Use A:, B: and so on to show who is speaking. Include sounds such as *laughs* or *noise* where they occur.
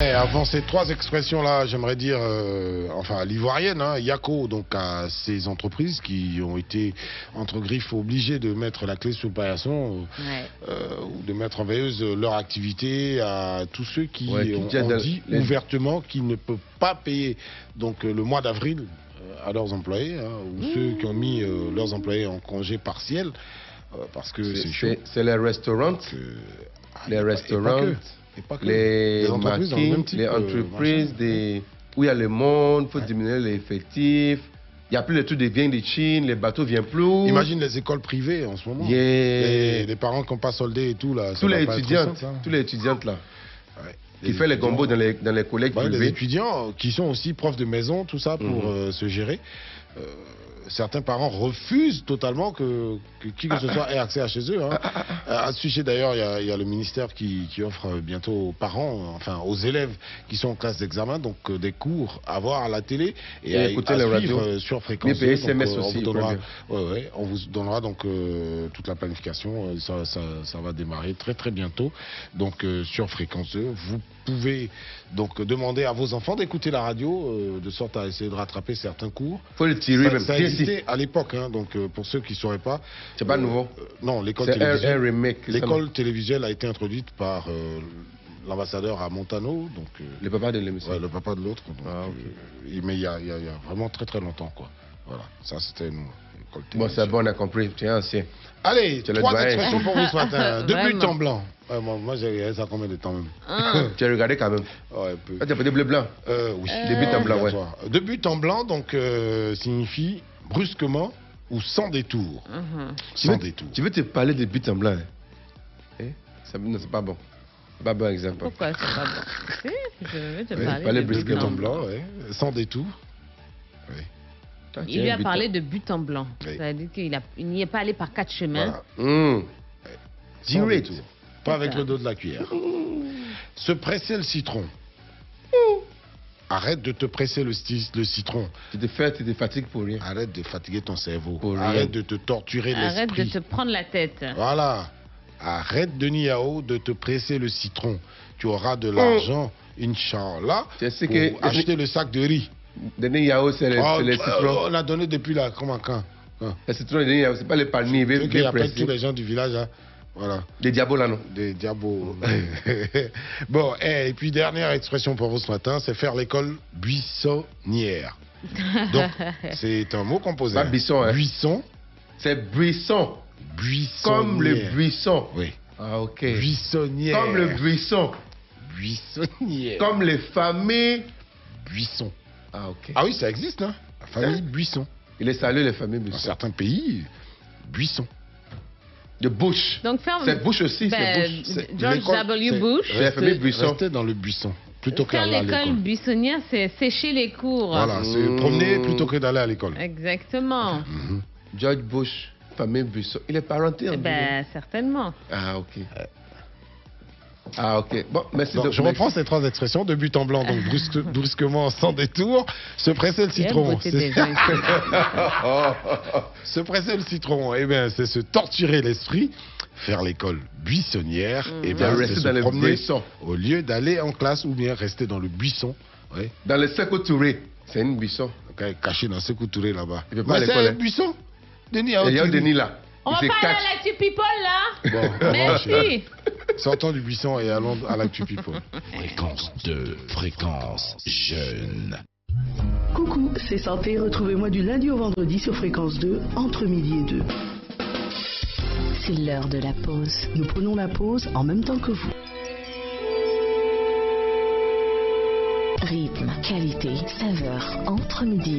A: Eh, avant ces trois expressions-là, j'aimerais dire, euh, enfin, l'ivoirienne, hein, Yako, donc à ces entreprises qui ont été, entre griffes, obligées de mettre la clé sous le paillasson
B: Ouais.
A: euh, ou de mettre en veilleuse leur activité à tous ceux qui,
C: Ouais, qui
A: ont,
C: tiennent
A: ont
C: la-
A: dit
C: les-
A: ouvertement qu'ils ne peuvent pas payer donc euh, le mois d'avril euh, à leurs employés, hein, ou ceux qui ont mis euh, leurs employés en congé partiel, euh, parce que c'est
C: C'est-
A: chaud.
C: C'est c'est les restaurants,
A: que- ah,
C: les
A: et pas- et pas
C: restaurants,
A: que. Et pas que.
C: les
A: Des entreprises dans le même
C: markings,
A: type,
C: les
A: euh,
C: entreprises,
A: machin.
C: des... où il y a le monde, il faut diminuer les effectifs. Il n'y a plus les trucs qui viennent de Chine, les bateaux viennent plus.
A: Imagine les écoles privées en ce moment.
C: Mmh. Yeah.
A: Et les parents qui n'ont pas soldé et tout là. ça
C: Tous
A: va
C: les
A: pas être
C: étudiantes,
A: simple, hein.
C: tous les étudiantes là,
A: Ouais.
C: qui font les
A: étudiants.
C: combos dans les, dans les collèges
A: Bah, les
C: privés.
A: étudiants qui sont aussi profs de maison, tout ça pour
C: Mhm.
A: euh, se gérer. Euh, certains parents refusent totalement que, que qui que ce soit ait accès à chez
C: *laughs*
A: eux. hein. À ce sujet d'ailleurs, il y a- il y, a le ministère qui, qui offre euh, bientôt aux parents, euh, enfin aux élèves qui sont en classe d'examen, donc euh, des cours à voir à la télé et,
C: Et
A: à
C: écouter
A: à
C: la
A: suivre,
C: radio.
A: euh, sur fréquence.
C: Mais payer
A: Donc,
C: SMS
A: on
C: aussi,
A: vous donnera-
C: premier.
A: Ouais, ouais, on vous donnera donc euh, toute la planification. Euh, Ça, ça, ça va démarrer très très bientôt. Donc euh, sur Fréquence 2, vous pouvez donc euh, demander à vos enfants d'écouter la radio euh, de sorte à essayer de rattraper certains cours.
C: faut le tirer
A: ça,
C: même.
A: ça
C: Tiens, si.
A: existait à l'époque, hein, donc euh, pour ceux qui ne sauraient pas.
C: C'est pas nouveau.
A: euh, non, l'école
C: C'est un, un
A: télévisuelle.
C: remake. ça,
A: L'école télévisuelle a été introduite par euh, l'ambassadeur à Montano, donc euh,
C: Le papa de l'émission.
A: ouais, le papa de l'autre. donc,
C: Ah, ok.
A: euh, il- mais il y a, il y a- il y a vraiment très très longtemps quoi. Voilà, ça c'était une école
C: Bon, c'est
A: télévisuelle.
C: bon, on a compris. Tu es ancien.
A: Allez,
C: Tu es le
A: trois
C: doyen.
A: expressions pour vous ce *laughs* matin. Deux buts
B: Vraiment.
A: en blanc. Ouais, moi, moi j'ai ça combien de temps même Ah.
B: Un.
C: Tu as regardé quand même.
A: Ouais, un peu.
C: Ah, tu as fait des bleus blancs.
A: Euh, oui,
B: Euh.
A: des buts en blanc, ouais.
C: Obligatoire.
A: Deux buts en blanc, donc, euh, signifie brusquement ou sans détour.
B: Mhm.
A: Sans
C: veux-
A: détour.
C: Tu veux te parler de but en blanc hein? Eh? Ça- Non, c'est pas bon. C'est pas bon exemple.
B: Pourquoi c'est pas bon Si, Je vais te
A: Ouais,
B: parler
C: fallait
B: de
A: Deux buts
B: but
A: en
B: en blanc.
A: blanc, ouais. Sans détour. Oui.
C: Toi, tu
B: Il
C: es
B: lui
C: un
B: a
C: but
B: parlé de but en blanc.
A: Oui.
B: Ça veut dire qu'il a- il n'y est pas allé par quatre chemins.
A: Voilà.
C: en- Hum.
A: Sans
C: Direct.
A: détour. Pas avec
B: ça.
A: le dos de la *laughs* cuillère. Se presser le citron. Arrête de te presser le, sti- le citron.
C: Tu te fais, tu te fatigues pour rien.
A: Arrête de fatiguer ton cerveau.
C: Pour rien.
A: Arrête de te torturer
B: Arrête de
A: l'esprit.
B: te prendre la tête.
A: Voilà. Arrête, Denis Yao, de te presser le citron. Tu auras de l'argent, Inch'Allah,
C: Tu sais
A: pour
C: Oh. que-
A: acheter le sac de riz.
C: Denis Yao, c'est le,
A: Oh,
C: c'est le
A: euh,
C: citron.
A: on a donné depuis là, comment quand Hein.
C: Le citron, de Denis Yao, c'est pas le palmier.
A: Tu veux
C: Bien,
A: qu'il
C: bien
A: appelle
C: précis.
A: tous les gens du village, hein voilà,
C: Des diabos là, non.
A: des
C: *laughs*
A: diabos. bon, eh, et puis dernière expression pour vous ce matin, c'est faire l'école buissonnière.
B: *laughs*
A: Donc, c'est un mot composé.
C: Pas buisson, hein.
A: Buisson,
C: C'est buisson.
A: buissonnière.
C: Comme le buisson.
A: Oui.
C: Ah, ok.
A: Buissonnière.
C: Comme le buisson.
A: buissonnière.
C: Comme les familles.
A: buisson.
C: Ah, ok.
A: Ah oui, ça existe, hein La famille Buisson.
C: Il est salué, les familles
A: Dans
C: buisson.
A: certains pays, Buisson.
C: De Bush.
B: Donc ferme.
C: C'est Bush aussi, c'est
B: Ben,
C: Bush.
A: C'est-
B: George
A: l'école, c'est-
B: W. Bush.
C: La famille
A: Rester-
C: Buisson.
A: Rester dans le buisson, plutôt
B: Faire
A: qu'aller à
B: l'école
A: l'école.
B: buissonnière, c'est sécher les cours.
A: Voilà, c'est
C: Mmh.
A: promener plutôt que d'aller à l'école.
B: Exactement.
A: Mhm.
C: George Bush, famille Buisson. Il est parenté en
B: Eh ben, certainement.
C: Ah, ok. Ah, ok. Bon, merci
A: Donc,
C: de
A: je reprends ces trois expressions de but en blanc,
B: *laughs*
A: donc brusque- brusquement, sans détour, se presser le
B: Quelle
A: citron.
B: beauté
A: C'est-
B: des gens.
A: *laughs*
C: Oh. *laughs*
A: Se presser le citron, eh bien, c'est se torturer l'esprit, faire l'école buissonnière,
B: Mmh.
A: et
C: De
A: bien, c'est
C: rester
A: se
C: dans le
A: promener
C: buisson.
A: au lieu d'aller en classe ou bien rester dans le buisson. Ouais.
C: Dans le Seco Touré, c'est une buisson.
A: Quand elle est caché dans ce couturé là-bas.
C: Il veut pas
A: Mais
C: aller coller.
A: c'est un buisson. Denis a
C: Et il y a
A: aussi dit.
C: Denis là.
B: On va
C: Il se
B: pas
C: cache.
B: aller à l'actu people
A: *laughs*
B: là
A: Bon, revanche,
B: Merci.
A: sortons du buisson et allons à l'actu people.
D: Fréquence 2, fréquence jeune.
E: Coucou, c'est Santé. Retrouvez-moi du lundi au vendredi sur Fréquence 2, entre midi et 2.
F: C'est l'heure de la pause.
E: Nous prenons la pause en même temps que vous.
F: Rythme, qualité, saveur, entre midi